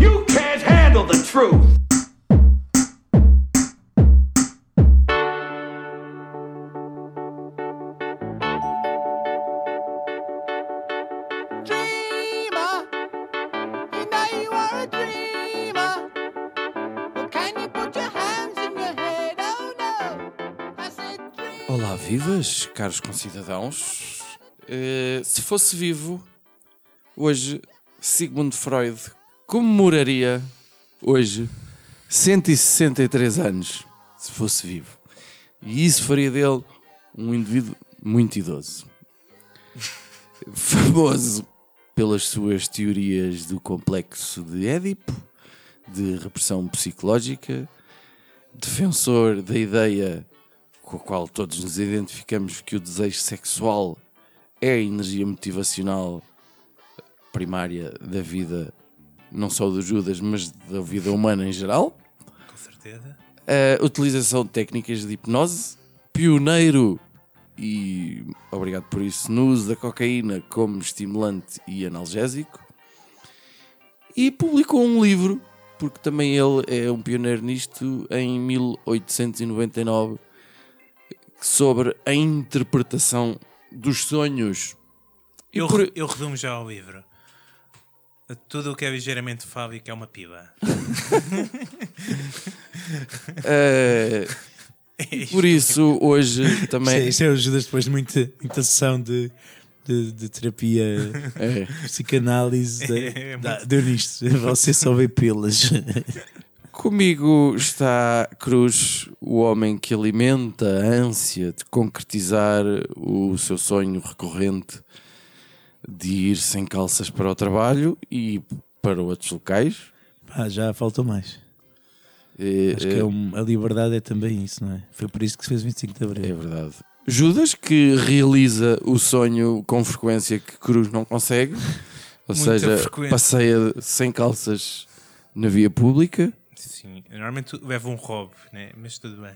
You can't handle the truth. dreamer. You know you are a dreamer. Well, can you put your hands in your head? Oh no. I said dream. Olá, vivas, caros concidadãos. Eh, se fosse vivo, hoje Sigmund Freud comemoraria hoje 163 anos, se fosse vivo. E isso faria dele um indivíduo muito idoso. Famoso pelas suas teorias do complexo de Édipo, de repressão psicológica, defensor da ideia com a qual todos nos identificamos que o desejo sexual é a energia motivacional primária da vida, não só do Judas, mas da vida humana em geral. Com certeza. A utilização de técnicas de hipnose, pioneiro e obrigado por isso no uso da cocaína como estimulante e analgésico. E publicou um livro, porque também ele é um pioneiro nisto, em 1899, sobre a interpretação dos sonhos. E Eu, por- re- eu resumo já ao livro. Tudo o que é ligeiramente fálico é uma piba. eh, por isso, hoje também. Isto é o Judas depois de muita, muita sessão de, de, de terapia, É. psicanálise. É da- muito- da- Deu nisto. Você só vê pelas. Comigo está Cruz, o homem que alimenta a ânsia de concretizar o seu sonho recorrente de ir sem calças para o trabalho e para outros locais. Ah, já faltou mais. Eh, Acho que é um- a liberdade é também isso, não é? Foi por isso que se fez 25 de É Abril. verdade. Judas, que realiza o sonho com frequência que Cruz não consegue, ou Muita seja, frequência. passeia sem calças na via pública. Sim, normalmente leva um roubo, né? mas tudo bem.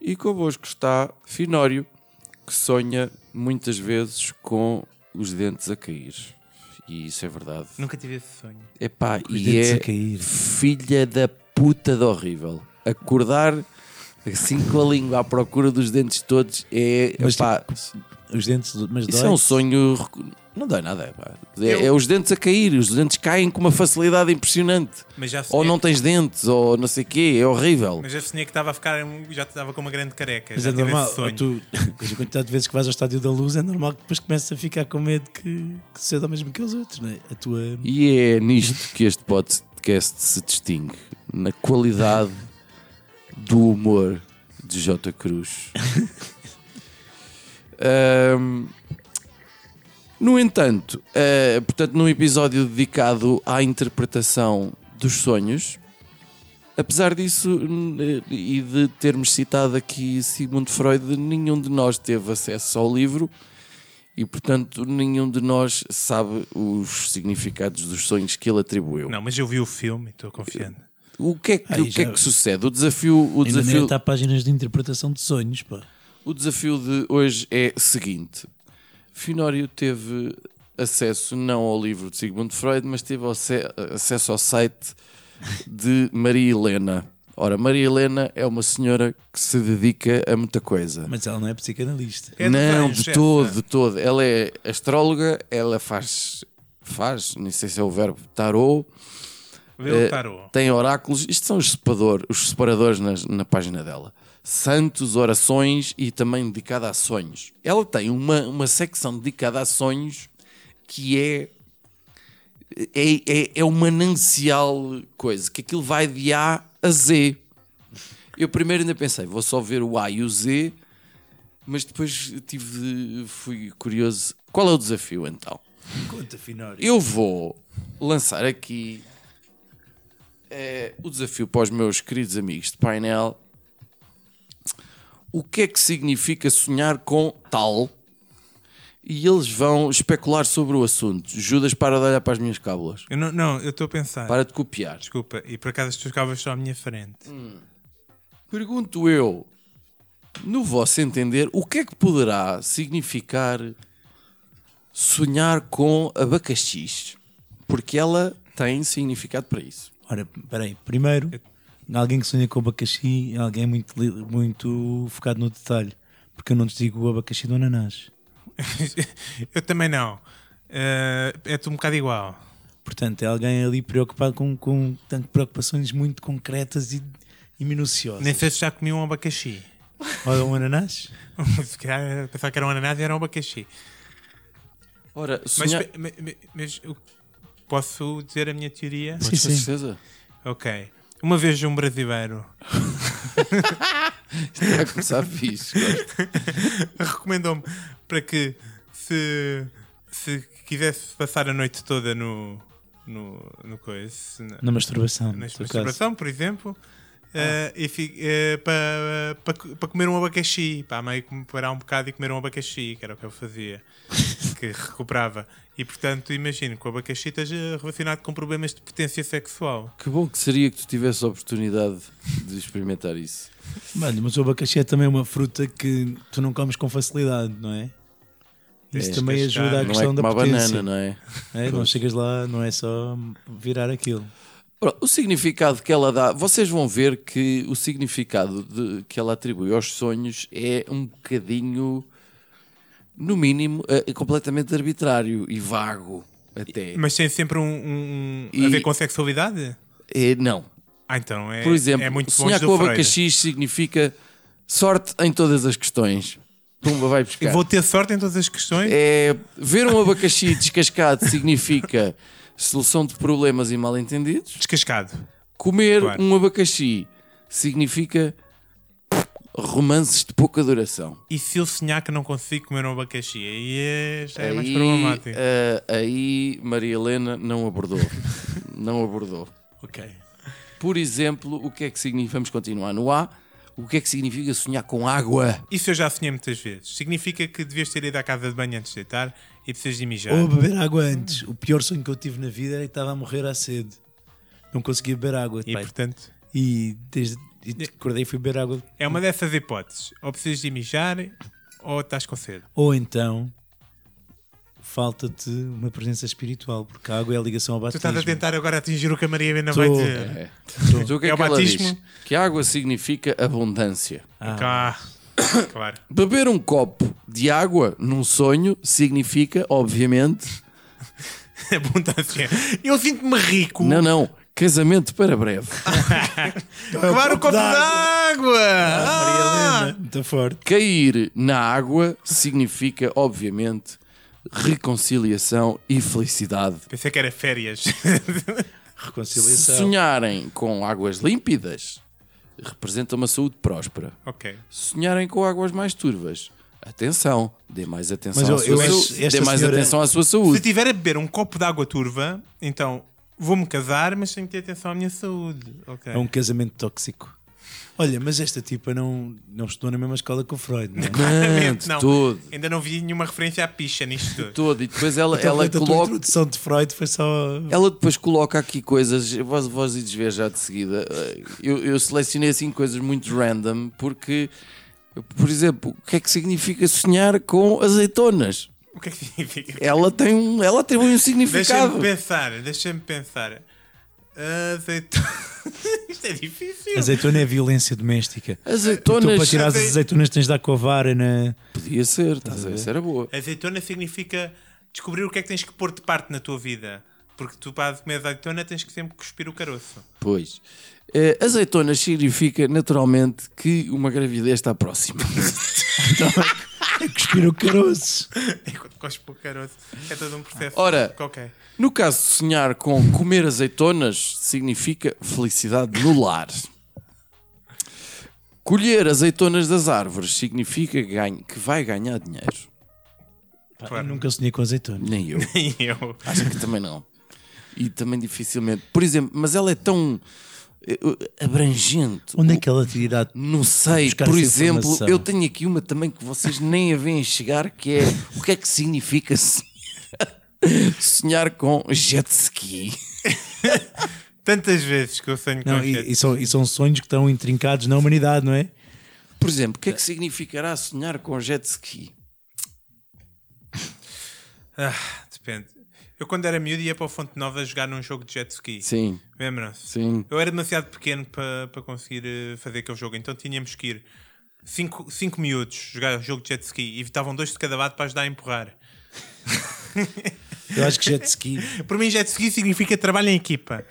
E convosco está Finório, que sonha muitas vezes com os dentes a cair. E isso é verdade. Nunca tive esse sonho. Epá, Os e dentes é a cair. filha da puta de horrível. Acordar assim com a língua à procura dos dentes todos é. Mas epá, Os dentes, mas isso dói. é um sonho. recu- Não dá nada. Pá. É, é os dentes a cair. Os dentes caem com uma facilidade impressionante. Mas já sonhei, Ou não tens dentes, ou não sei o quê. É horrível. mas já sonhei que estava a ficar, um, já estava com uma grande careca. Mas já é tive normal, esse sonho. tu, a quantidade de vezes que vais ao estádio da luz é normal que depois comeces a ficar com medo que, que seja o mesmo que os outros, não é? A tua. E é nisto que este podcast se distingue: na qualidade do humor de J. Cruz. Ahm, no entanto, eh, portanto, num episódio dedicado à interpretação dos sonhos, apesar disso n- eh, e de termos citado aqui Sigmund Freud, nenhum de nós teve acesso ao livro e, portanto, nenhum de nós sabe os significados dos sonhos que ele atribuiu. Não, mas eu vi o filme e estou confiante. O que é que, Ai, o que, é já- que sucede? O desafio, o Ainda nem desafio, está páginas de interpretação de sonhos, pá. o desafio de hoje é seguinte: Finório teve acesso não ao livro de Sigmund Freud, mas teve ace- acesso ao site de Maria Helena. Ora, Maria Helena é uma senhora que se dedica a muita coisa. Mas ela não é psicanalista. É de não, banho, de chefe. todo, de todo. Ela é astróloga, ela faz, faz, nem sei se é o verbo, tarô, Vê eh, o tarô. tem oráculos, isto são os, separador, os separadores nas- na, página dela. Santos, orações e também dedicada a sonhos. Ela tem uma, uma secção dedicada a sonhos que é é, é, é um manancial coisa, que aquilo vai de A a Z. Eu primeiro ainda pensei, vou só ver o A e o Z, mas depois tive, de- fui curioso. Qual é o desafio então? Conta, Finório. Eu vou lançar aqui eh, o desafio para os meus queridos amigos de painel. O que é que significa sonhar com tal? e eles vão especular sobre o assunto. Judas, para de olhar para as minhas cábulas. Eu não, não, eu estou a pensar. Para de copiar. Desculpa, e por acaso as tuas cábulas estão à minha frente. Pergunto eu, no vosso entender, o que é que poderá significar sonhar com abacaxis? Porque ela tem significado para isso. Ora, peraí, primeiro, alguém que sonha com abacaxi é alguém muito, li- muito focado no detalhe, porque eu não desdigo o abacaxi do ananás. eu também não. Eh, É-te um bocado igual. Portanto, é alguém ali preocupado com, com tanto preocupações muito concretas e, e minuciosas. Nem sei se já comi um abacaxi. Olha um ananás. se calhar pensava que era um ananás e era um abacaxi. Ora, Mas, sonhar... pe- me- me- mas eu posso dizer a minha teoria? Sim, Mas, com sim. certeza. Ok. Uma vez um brasileiro Está a começar fixe. gosto. recomendou-me para que se, se quisesse passar a noite toda no, no, no coisa, na, Na na masturbação. no teu caso. Ah. masturbação, por exemplo, eh, e fi- eh, para, para, co- para comer um abacaxi, para a meio que me parar um bocado e comer um abacaxi, que era o que eu fazia, que recuperava. E portanto, imagino que o abacaxi esteja relacionado com problemas de potência sexual. Que bom que seria que tu tivesse a oportunidade de experimentar isso. Mano, mas o abacaxi é também uma fruta que tu não comes com facilidade, não é? Isso É, também descascar. ajuda não Não à é questão como da uma potência. banana, não é? É, não chegas lá, não é só virar aquilo. Ora, O significado que ela dá, vocês vão ver que o significado de- que ela atribui aos sonhos é um bocadinho, no mínimo, eh, completamente arbitrário e vago até. Mas tem sempre um, um- um- E- a ver com sexualidade? Eh, não. Ah, então é, Por exemplo, é muito sonhar longe com o do Freud. abacaxi significa sorte em todas as questões. Pumba, vai Eu buscar. vou ter sorte em todas as questões? É, ver um abacaxi descascado significa solução de problemas e mal-entendidos. Descascado. Comer Claro. um abacaxi significa romances de pouca duração. E se eu sonhar que não consigo comer um abacaxi? Aí é, já é mais Aí, problemático. ah, aí Maria Helena não abordou. não abordou. Ok. Por exemplo, o que é que significa? Vamos continuar no A. O que é que significa sonhar com água? Isso eu já sonhei muitas vezes. Significa que devias ter ido à casa de banho antes de deitar e precisas de mijar. Oh, Ou beber água antes. O pior sonho que eu tive na vida era que estava a morrer à sede. Não conseguia beber água. e E, pá, portanto, e desde e acordei e fui beber água. é uma dessas hipóteses. Ou precisas de mijar ou estás com sede. Ou então falta-te uma presença espiritual, porque a água é a ligação ao Tu batismo. estás a tentar agora atingir o que a Maria Helena Tô. vai dizer. É. Tô. Então, o que é, É o que ela batismo? diz? Que água significa abundância. Ah, claro. Beber um copo de água num sonho significa, obviamente, É Abundância. Eu sinto-me Um rico. não, não, casamento para breve. É Claro, o copo d'água! Maria Ah, Helena, muito forte. Cair na água significa, obviamente, reconciliação e felicidade. Pensei que era férias. Reconciliação. Se sonharem com águas límpidas, representa uma saúde próspera. ok. Se sonharem com águas mais turvas, atenção, dê mais atenção, Mas eu- à, sua eu acho saúde. esta Dê mais senhora- atenção à sua Se saúde. tiver a beber um copo de água turva, então vou-me casar, mas tenho que ter atenção à minha saúde. Ok. É um casamento tóxico. Olha, mas esta tipa não, não estudou na mesma escola que o Freud, não é? Não, Claramente de todo, Ainda não vi nenhuma referência à picha nisto de tudo. todo. E depois ela, ela a Então, tua coloca. introdução de Freud foi só. Ela depois coloca aqui coisas, vós, vós ides ver já de seguida. Eh, Eu, eu selecionei assim coisas muito random, porque, por exemplo, o que é que significa sonhar com azeitonas? O que é que significa? Ela tem um, ela tem um significado. Deixa-me pensar, deixa-me pensar. Azeitona. Isto é difícil. Azeitona é violência doméstica. Tu Então, para Azeitonas tirar as Azei- azeitonas tens de dar com a vara na. podia ser, estás a Uhum. ver? Isso era boa. Azeitona significa descobrir o que é que tens que pôr de parte na tua vida. Porque tu, para comer azeitona, tens que sempre cuspir o caroço. Pois. Eh, azeitonas significa naturalmente que uma gravidez está próxima. Cuspir o caroço. E quando cuspe o caroço, é todo um processo. Ora. qualquer. No caso de sonhar com comer azeitonas, significa felicidade no lar. Colher azeitonas das árvores significa ganho- que vai ganhar dinheiro. Pá, Claro. eu Ah, nunca sonhei com azeitona. Nem eu. E eu. Acho que também não. E também dificilmente. Por exemplo, mas ela é tão eh, eh, abrangente. Onde é que ela teria ido? Não sei, buscar por essa exemplo, informação? eu tenho aqui uma também que vocês nem a veem chegar, que é o que é que significa se- sonhar com jet ski? Tantas vezes que é. eu sonho com Não, jet. e, e são, e são sonhos que estão intrincados na humanidade, não é? Por exemplo, o que é que significará sonhar com jet ski? Ah, depende. Eu quando era miúdo ia para o Fonte Nova jogar num jogo de jet ski. Sim, Lembram-se? sim. Eu era demasiado pequeno para para conseguir eh, fazer aquele jogo, então tínhamos que ir cinco, cinco miúdos jogar jogo de jet ski e estavam dois de cada lado para ajudar a empurrar. Eu acho que jet ski, Para mim, jet ski significa trabalho em equipa.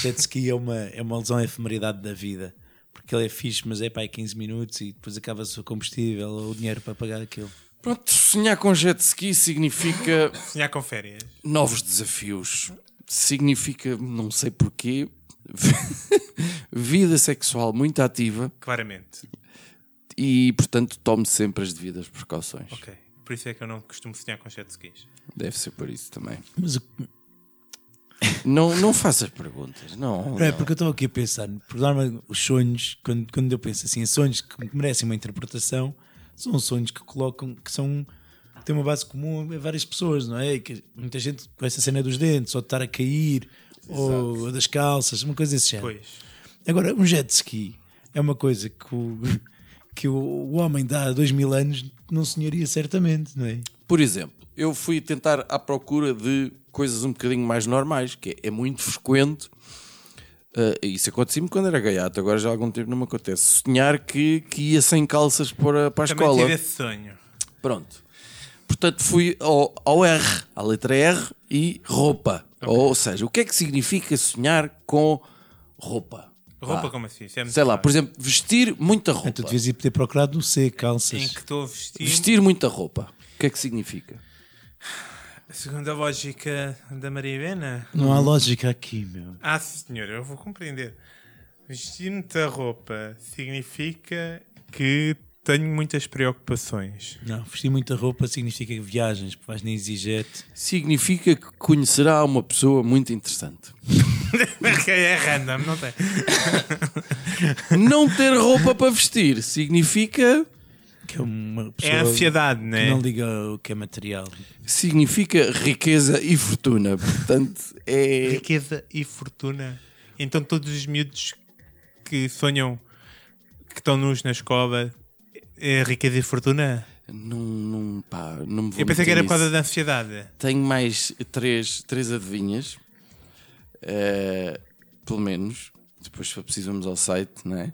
jet ski é uma, é uma lesão à efemeridade da vida. Porque ele é fixe, mas é para aí 15 minutos e depois acaba-se o combustível ou o dinheiro para pagar aquilo. Pronto, sonhar com jet ski significa Sonhar com férias. novos desafios. Significa, não sei porquê, vida sexual muito ativa Claramente. e, portanto, tome sempre as devidas precauções. Ok. Por isso é que eu não costumo sonhar com jet skis. Deve ser por isso também. Mas o, Não, não faças perguntas, não. É, não. porque eu estou aqui a pensar, por norma, os sonhos, quando, quando eu penso assim, sonhos que merecem uma interpretação, são sonhos que colocam, que são, têm uma base comum a várias pessoas, não é? E Que muita gente com essa cena dos dentes, ou de estar a cair, ou das calças, uma É. coisa desse género. Pois. Agora, um jet ski é uma coisa que o, que o, o homem de há dois mil anos não sonharia certamente, não é? Por exemplo, eu fui tentar à procura de coisas um bocadinho mais normais, que é, é muito frequente. Ah, isso acontecia-me quando era gaiato, agora já há algum tempo não me acontece. Sonhar que, que ia sem calças para, para a Também escola. tive esse sonho. Pronto. Portanto, fui ao, ao R, à letra R e roupa. Ou seja, o que é que significa sonhar com roupa? Roupa Vá. como assim? Isso é muito Sei lá, claro. por exemplo, vestir muita roupa. Então, Tu devias ir ter procurado no C, calças. Em que estou a vestir. Vestir muita roupa. O que é que significa? Segundo a lógica da Maria Helena. Não há lógica aqui, meu. Ah, senhor, eu vou compreender. Vestir muita roupa significa que tenho muitas preocupações. Não, vestir muita roupa significa viagens, porque vais na EasyJet. Significa que conhecerá uma pessoa muito interessante. é random, não tem. Não ter roupa para vestir significa Que é uma pessoa É a ansiedade, que né? não liga o que é material. significa riqueza e fortuna. Portanto, é Riqueza e fortuna. Então todos os miúdos que sonham que estão nus na escola é riqueza e fortuna? não, não, pá, não me vou Eu pensei que meter era por nisso. causa da ansiedade. Tenho mais três, três adivinhas, eh, pelo menos. Depois, se for preciso, vamos ao site, não é?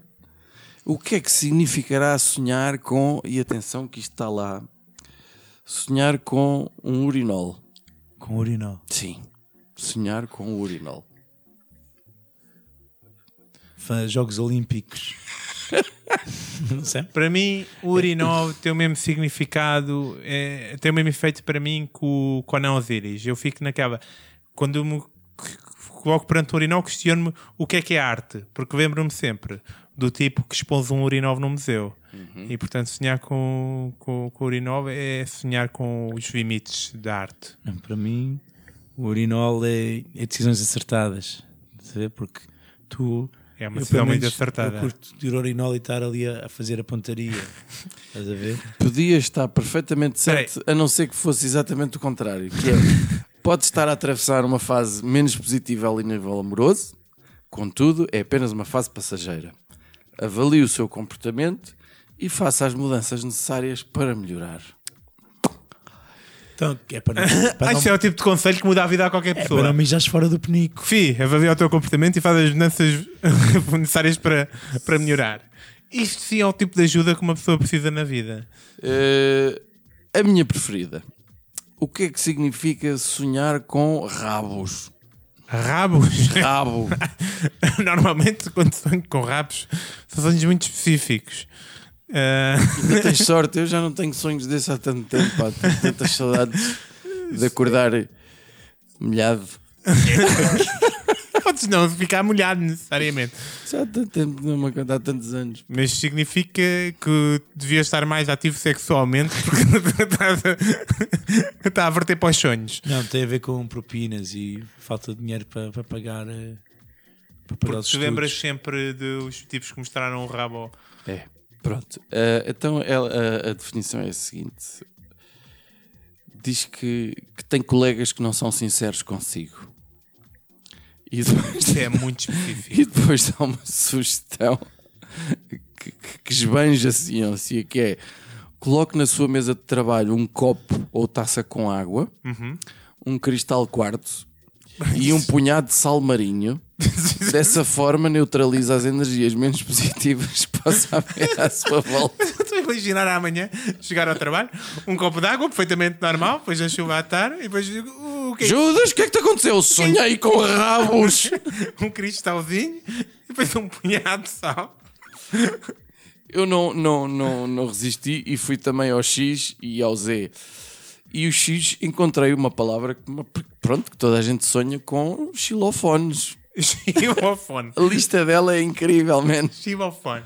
O que é que significará sonhar com, e atenção que isto está lá, sonhar com um urinol? Com urinal. Sim, sonhar com um urinol. Fã- Jogos Olímpicos. não sei. Para mim, o urinol tem o mesmo significado, é, tem o mesmo efeito para mim que o Conan Osiris. Eu fico naquela. Quando me coloco perante o urinol, questiono-me o que é que é arte, porque lembro-me sempre do tipo que expôs um urinol num museu. E portanto, sonhar com, com, com o urinol é sonhar com os limites da arte. Não, para mim, o urinol é, é decisões acertadas. Estás a ver? Porque tu. É uma eu, decisão pelo muito menos, acertada. Eu curto de ir ao urinol e estar ali a, a fazer a pontaria. Estás a ver? Podia estar perfeitamente certo, a não ser que fosse exatamente o contrário, que é, pode estar a atravessar uma fase menos positiva ali no nível amoroso, contudo, é apenas uma fase passageira. Avalie o seu comportamento e faça as mudanças necessárias para melhorar. Então, é para não, Ah, para não, isso é o tipo de conselho que muda a vida a qualquer é pessoa. para não mijares fora do penico. Fi, avalia o teu comportamento e faz as mudanças necessárias para, para melhorar. Isto sim é o tipo de ajuda que uma pessoa precisa na vida. Eh, a minha preferida. O que é que significa sonhar com rabos? Rabos. Rabo. Normalmente, quando sonho com rabos, são sonhos muito específicos. Ah, Ainda tens sorte, eu já não tenho sonhos desses há tanto tempo, pá. Tenho tantas saudades de acordar molhado. podes não ficar molhado necessariamente. Já há tanto tempo, não me acordo há tantos anos. Mas significa que devias estar mais ativo sexualmente porque estás a, está a verter para os sonhos. Não, tem a ver com propinas e falta de dinheiro para, para pagar eh, Porque Tu lembras sempre dos tipos que mostraram o rabo. É, pronto. Ah, então ela- a, a definição é a seguinte: diz que, que tem colegas que não são sinceros consigo. E depois, Isto é muito específico. e depois dá uma sugestão que, que, que esbanja a ciência, que é coloque na sua mesa de trabalho um copo ou taça com água, um cristal quarto e um punhado de sal marinho. Dessa forma neutraliza as energias menos positivas que possa haver à sua volta. Estou a imaginar amanhã chegar ao trabalho, um copo de água, perfeitamente normal, depois a chuva à tarde, e depois digo, "Uh, o que é Judas, o que é que te aconteceu? Sonhei com rabos. um cristalzinho e depois um punhado de sal. Eu não, não, não, não resisti e fui também ao X e ao Z. E o X encontrei uma palavra que, uma- pronto, que toda a gente sonha com xilofones. Xilofone. A lista dela é incrível, man. Xilofone.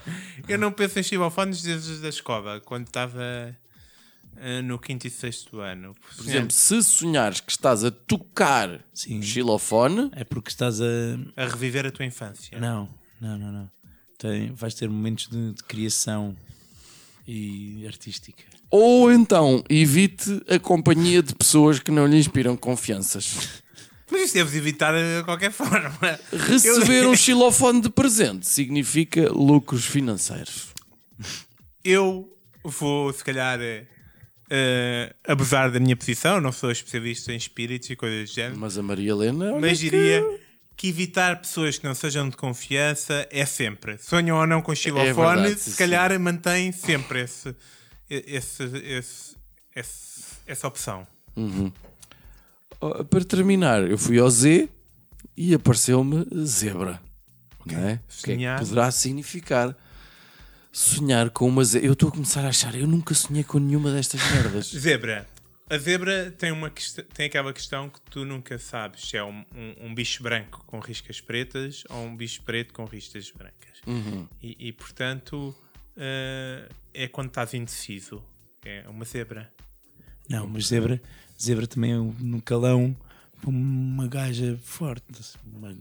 Eu não penso em xilofones desde da escola, quando estava eh, no quinto e sexto ano. Por exemplo, se sonhares que estás a tocar Sim. xilofone, É porque estás a. A reviver a tua infância. Não, não, não, não. Tem- vais ter momentos de, de criação e artística. ou então evite a companhia de pessoas que não lhe inspiram confianças. Mas isso deves evitar eh, de qualquer forma. Receber eu, um xilofone de presente significa lucros financeiros. Eu vou, se calhar, eh, eh, abusar da minha posição. Não sou especialista em espíritos e coisas do género. Mas a Maria Helena. olha Mas que- diria que evitar pessoas que não sejam de confiança é sempre. Sonham ou não com É xilofone, verdade, se sim, calhar mantém sempre esse, esse, esse- esse- essa opção. Oh, Para terminar, eu fui ao Z e apareceu-me zebra. Não é? O que é Sonhar. que poderá significar? Sonhar com uma zebra. Eu estou a começar a achar, eu nunca sonhei com nenhuma destas merdas. Zebra. A zebra tem, uma quest- tem aquela questão que tu nunca sabes se é um, um- um bicho branco com riscas pretas ou um bicho preto com riscas brancas. Uhum. E, e, portanto, eh, é quando estás indeciso. É uma zebra. Não, mas zebra, zebra também é um no calão para uma gaja forte. Uma,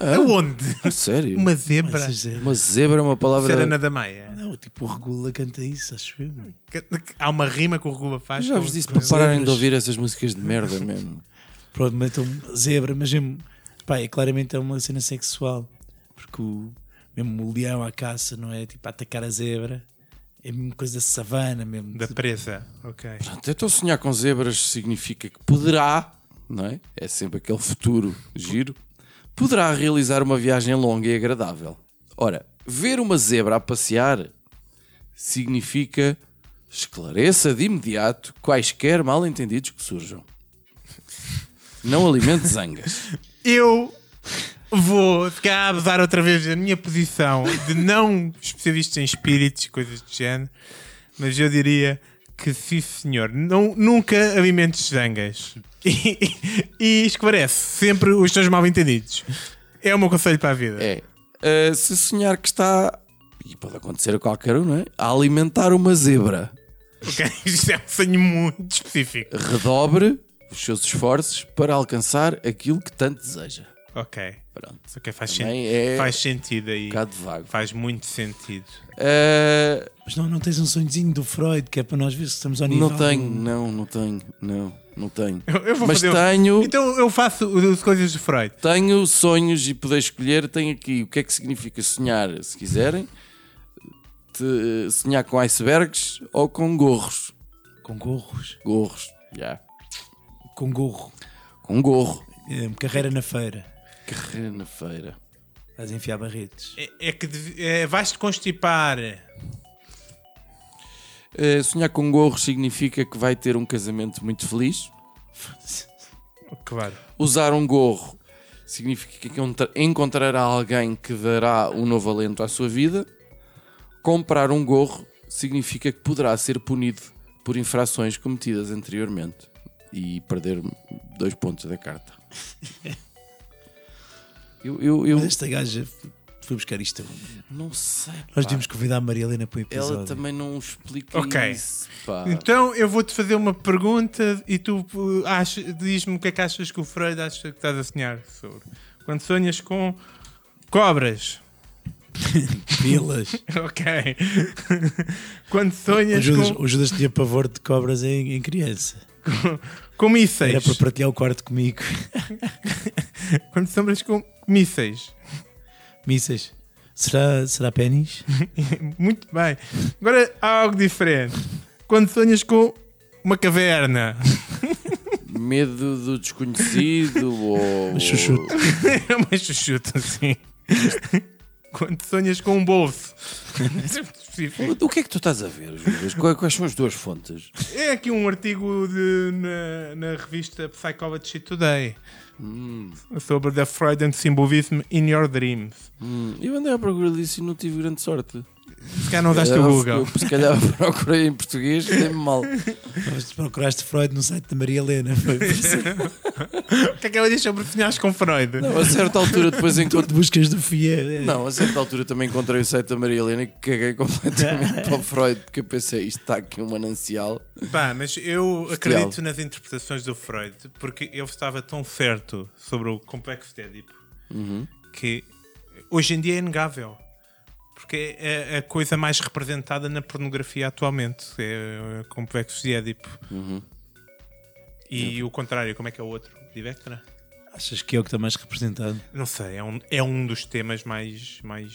Ah. Aonde? A sério? Uma zebra. essas zebras. Uma zebra é uma palavra. Serena da Maia. não, tipo o Regula canta isso, acho eu. não é? Que- que- Há uma rima que o Ruba faz. Já com- vos disse com- para pararem de zebras. ouvir essas músicas de merda mesmo. Pronto, mas então, zebra, mas mesmo, pá, é claramente é uma cena sexual. Porque o, mesmo o leão à caça, não é? Tipo, a atacar a zebra é mesmo coisa da savana mesmo. Da de- presa. Ok. Portanto, então sonhar com zebras significa que poderá, não é? É sempre aquele futuro giro. Poderá realizar uma viagem longa e agradável. Ora, ver uma zebra a passear significa esclareça de imediato quaisquer mal-entendidos que surjam. Não alimente zangas. Eu vou ficar a abusar outra vez da minha posição de não especialista em espíritos e coisas do género, mas eu diria que sim, senhor, não, nunca alimentes zangas. E, e esclarece sempre os teus mal-entendidos. É o meu conselho para a vida. É, eh, se sonhar que está, e pode acontecer a qualquer um, não é? A alimentar uma zebra. Ok? Isto é um sonho muito específico. redobre os seus esforços para alcançar aquilo que tanto deseja. Ok. Pronto. Ok, faz, Também sen- é faz sentido aí. Um bocado vago. Faz muito sentido. Eh, Mas não, não tens um sonhozinho do Freud, que é para nós ver se estamos ao nível. não tenho, não, não tenho, não, não tenho. um. Eu- eu vou Mas fazer um- tenho, Então eu faço o- as coisas de Freud. tenho sonhos e poder escolher. Tenho aqui o que é que significa sonhar, se quiserem. Te- sonhar com icebergs ou com gorros. Com gorros. Gorros, já. Com gorro. Com gorro. Eh, Carreira na feira. Carreira na feira. Vais enfiar barretes. É, é que deve- é, vais-te constipar. Eh, sonhar com gorros significa que vai ter um casamento muito feliz. Claro. Usar um gorro significa que entra- encontrará alguém que dará um novo alento à sua vida. Comprar um gorro significa que poderá ser punido por infrações cometidas anteriormente e perder dois pontos da carta. Eu, eu, eu Mas esta gaja f- foi buscar isto. não sei. Nós pá. devíamos convidar a Maria Helena para o episódio. Ela também não explica Ok. isso. Pá. Então eu vou-te fazer uma pergunta e tu uh, ach- diz-me o que é que achas que o Freud acha que estás a sonhar sobre. Quando sonhas com. Cobras. Pilas. Ok. Quando sonhas O Judas, com, o Judas tinha pavor de cobras em, em criança. com Era mísseis. para partilhar o quarto comigo. Quando sonhas com mísseis. Mísseis. Será, será pênis? Muito bem. Agora há algo diferente. Quando sonhas com uma caverna. Medo do desconhecido ou. Chuchute. Era mais chuchuta, assim. Quando sonhas com um bolso. Isso é muito específico. O que é que tu estás a ver, Judas? Qua- Quais são as tuas fontes? É aqui um artigo de- na, na revista Psychology Today sobre The Freud and Symbolism in Your Dreams. Hum, eu andei à procura disso e não tive grande sorte. Se calhar não usaste o Google. Se calhar procurei em português, dei-me mal. Mas tu procuraste Freud no site da Maria Helena. Foi por isso que O que é que ela diz sobre sonhares com Freud? Não, a certa altura depois encontrei. tu buscas do FIE. Não, a certa altura também encontrei o site da Maria Helena e caguei completamente para o Freud, porque eu pensei, isto está aqui um manancial. Pá, mas eu Especial. acredito nas interpretações do Freud porque ele estava tão certo sobre o complexo de Édipo Uhum. que hoje em dia é inegável. Porque é a coisa mais representada na pornografia atualmente. É o complexo de Édipo. Uhum. E o contrário, como é que é o outro? Divectra? Achas que é o que está mais representado? Não sei, é um, é um dos temas mais. mais...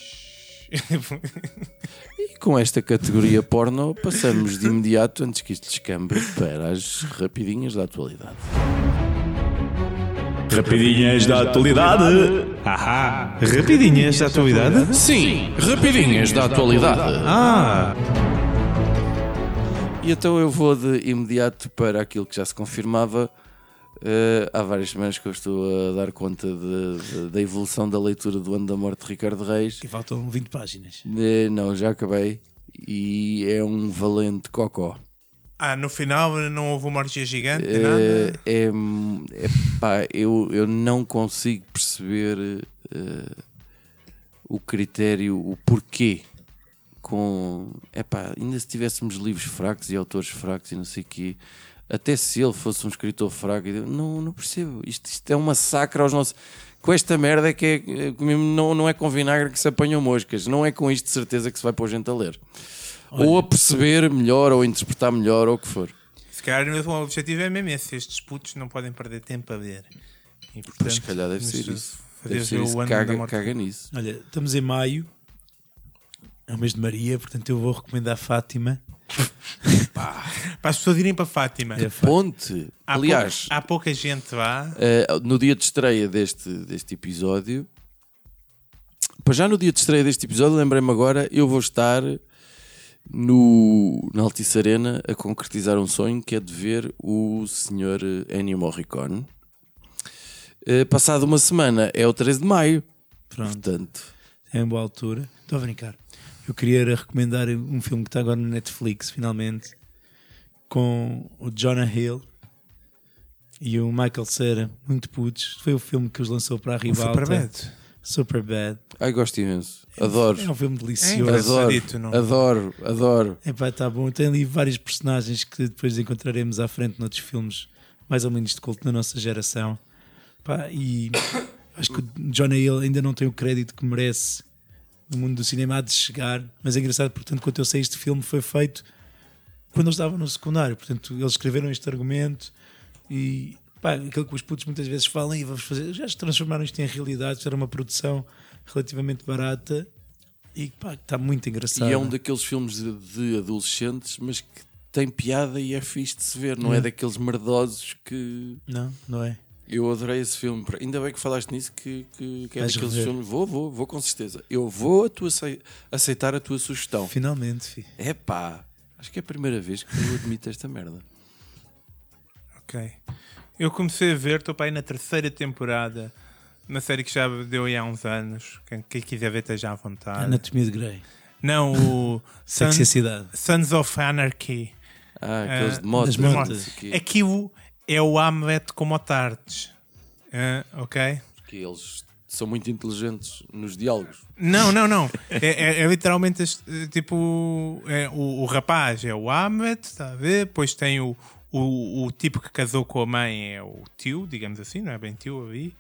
E com esta categoria porno, passamos de imediato, antes que isto descambe, para as rapidinhas da atualidade. Rapidinhas da atualidade. Ahá! Rapidinhas da atualidade? Sim, rapidinhas da atualidade. Ah! E então eu vou de imediato para aquilo que já se confirmava. Eh, há várias semanas que eu estou a dar conta de- de- da evolução da leitura do ano da morte de Ricardo Reis. E faltam 20 páginas. Eh, não, já acabei. E é um valente cocó. Ah, no final não houve uma orgia gigante, Eh, nada. é, é pá, eu, eu não consigo perceber eh, o critério, o porquê. Com é pá, ainda se tivéssemos livros fracos e autores fracos e não sei o quê, até se ele fosse um escritor fraco, eu não, não percebo. Isto, isto é um massacre aos nossos. Com esta merda é que é, é que mesmo não, não é com vinagre que se apanham moscas, não é com isto de certeza que se vai pôr gente a ler. ou a perceber melhor, ou a interpretar melhor, ou o que for. Se calhar o meu objetivo é mesmo esse. Estes putos não podem perder tempo a ver. E, portanto, Mas se calhar deve ser isso- isso. fazer Deve ser é o isso. ano da Caga, morte. caga nisso. Olha, estamos em maio. É o mês de Maria, portanto eu vou recomendar a Fátima. Para as pessoas irem para Fátima. É, Fá- Ponte. Há Aliás, pouca, há pouca gente lá. eh, no dia de estreia deste, deste episódio, para já no dia de estreia deste episódio, lembrei-me agora, eu vou estar no, na Altice Arena a concretizar um sonho que é de ver o senhor Ennio Morricone. Eh, passado uma semana é o 13 de maio, Pronto, portanto, é em boa altura. Estou a brincar. Eu queria era recomendar um filme que está agora no Netflix, finalmente, com o Jonah Hill e o Michael Cera, muito putos. Foi o filme que os lançou para a rival. Superbad. Superbad. ai, gosto imenso, adoro, É um filme É delicioso. adoro, engraçadito, não? adoro, adoro. É pá, tá bom. Tem ali vários personagens que depois encontraremos à frente noutros filmes, mais ou menos de culto na nossa geração. Pá, e acho que o John Hill ainda não tem o crédito que merece no mundo do cinema há de chegar. Mas é engraçado, portanto, quando eu sei este filme foi feito quando eles estavam no secundário. Portanto, eles escreveram este argumento e pá, aquilo que os putos muitas vezes falam e vamos fazer. Já transformaram isto em realidade, isto era uma produção relativamente barata. E pá, está muito engraçado. E é um daqueles filmes de, de adolescentes, mas que tem piada e é fixe de se ver, não é, daqueles merdosos que. Não, não é? Eu adorei esse filme. Ainda bem que falaste nisso, que, que, que é Vais daqueles rever. filmes. Vou, vou, vou com certeza. Eu vou a tua acei- aceitar a tua sugestão. Finalmente, fi. É pá, acho que é a primeira vez que eu admito esta merda. Ok. Eu comecei a ver, estou para aí na terceira temporada. Uma série que já deu aí há uns anos. Quem, quem quiser ver, esteja à vontade. Anatomia de Grey. Não, o Sun- Sexicidade. Sons of Anarchy. Ah, aqueles Ah, de motos. das não sei motas. o quê, Aquilo é o Hamlet como Tardes. Ah, ok? Porque eles são muito inteligentes nos diálogos. Não, não, não. É, é- é literalmente este, eh, tipo é o, o rapaz é o Ahmed, está a ver? Depois tem o, o, o tipo que casou com a mãe, é o tio, digamos assim, não é bem tio ali.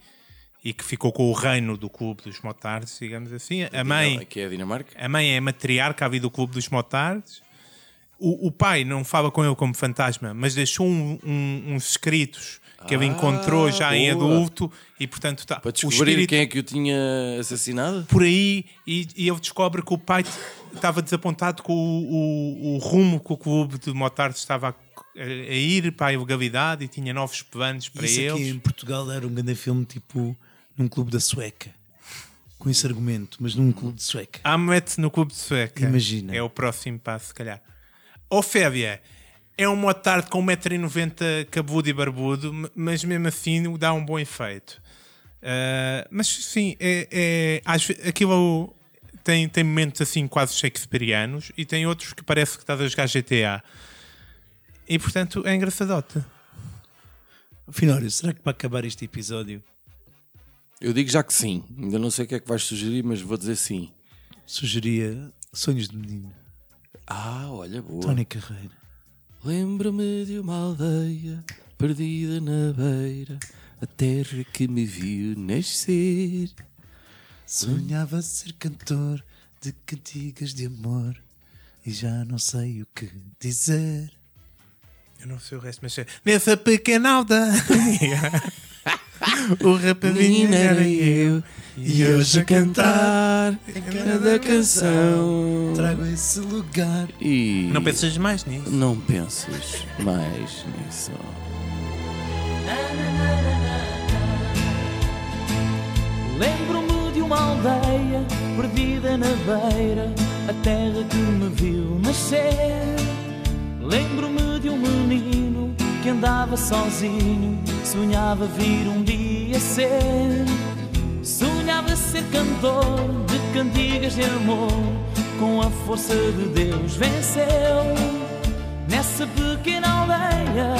e que ficou com o reino do clube dos motards, digamos assim. A mãe, Que é a Dinamarca. a mãe é matriarca havia do clube dos motards. O, o pai não fala com ele como fantasma, mas deixou um- um- uns escritos que ele Ah, encontrou já em boa. adulto e portanto tá, Para o descobrir espírito quem é que o tinha assassinado? por aí e, e ele descobre que o pai t- estava desapontado com o, o- o rumo que o clube de motards estava a, a ir para a ilegalidade e tinha novos planos para Isso aqui é em eles. Portugal era um grande filme, tipo, num clube da Sueca. Com esse argumento, mas num clube de Sueca. Hamlet no clube de Sueca. Imagina. É o próximo passo, se calhar. Ofélia é um motardo com 1,90m cabudo e barbudo, m- mas mesmo assim dá um bom efeito. Ah, mas sim, é, é- às ve- aquilo tem, tem momentos assim quase shakespearianos e tem outros que parece que estás a jogar GTA. E portanto é engraçadote. Finório, será que para acabar este episódio Eu digo já que sim. Ainda não sei o que é que vais sugerir, mas vou dizer sim. sugeria Sonhos de Menino, Ah, olha, boa. Tony Carreira? Lembro-me de uma aldeia perdida na beira, a terra que me viu nascer. Sonhava ser cantor de cantigas de amor e já não sei o que dizer. Eu não sei o resto, mas sei. Nessa pequena aldeia, o rapazinho Menina era era eu. eu, e hoje a cantar cada canção. Trago esse lugar. E Não pensas mais nisso. não penses mais nisso. Lembro-me de uma aldeia perdida na beira, a terra que me viu nascer. Lembro-me de um menino que andava sozinho, sonhava vir um dia ser. Sonhava ser cantor de cantigas de amor, com a força de Deus venceu. Nessa pequena aldeia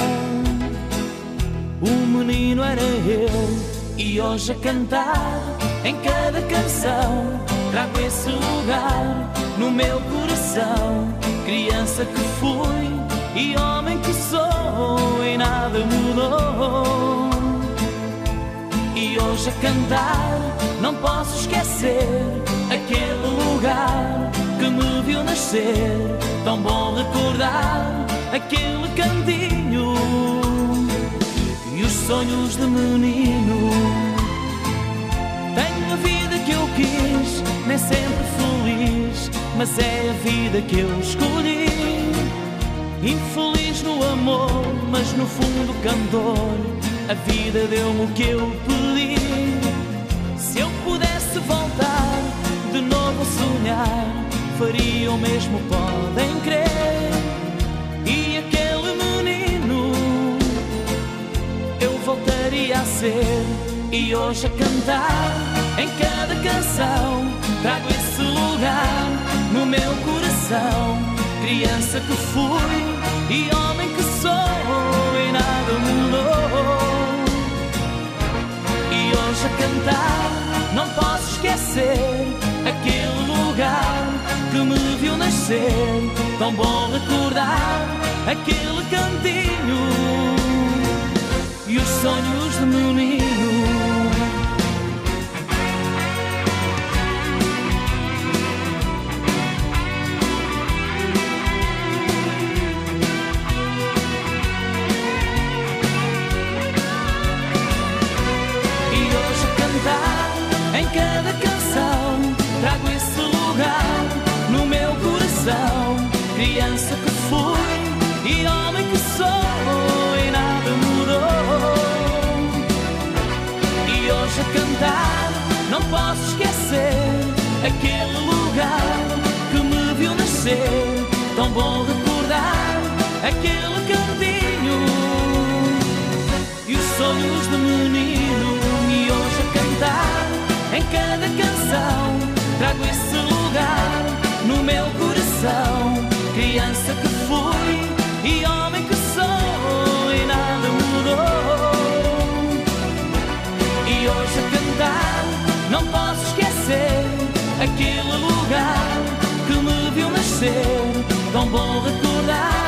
o menino era eu e hoje a cantar em cada canção trago esse lugar no meu coração. Criança que fui e homem que sou e nada mudou. E hoje a cantar não posso esquecer aquele lugar que me viu nascer. Tão bom recordar aquele cantinho e os sonhos de menino. Tenho a vida que eu quis, nem sempre feliz, mas é a vida que eu escolhi. Infeliz no amor, mas no fundo cantor, a vida deu-me o que eu pedi. Se eu pudesse voltar, de novo a sonhar, faria o mesmo, podem crer. E aquele menino eu voltaria a ser e hoje a cantar em cada canção trago esse lugar no meu coração criança que fui e homem que sou e nada mudou e hoje a cantar não posso esquecer aquele lugar que me viu nascer tão bom recordar aquele cantinho e os sonhos de menino. E hoje a cantar em cada canção trago esse lugar no meu coração. Criança que fui e homem que sou e nada mudou. E hoje a cantar não posso esquecer aquele lugar que me viu nascer. Tão bom recordar aquele cantinho e os sonhos de menino. E hoje a cantar em cada canção trago esse lugar no meu coração. Criança que fui e homem que sou e nada mudou. E hoje a cantar não posso esquecer aquele lugar que me viu nascer. Tão bom recordar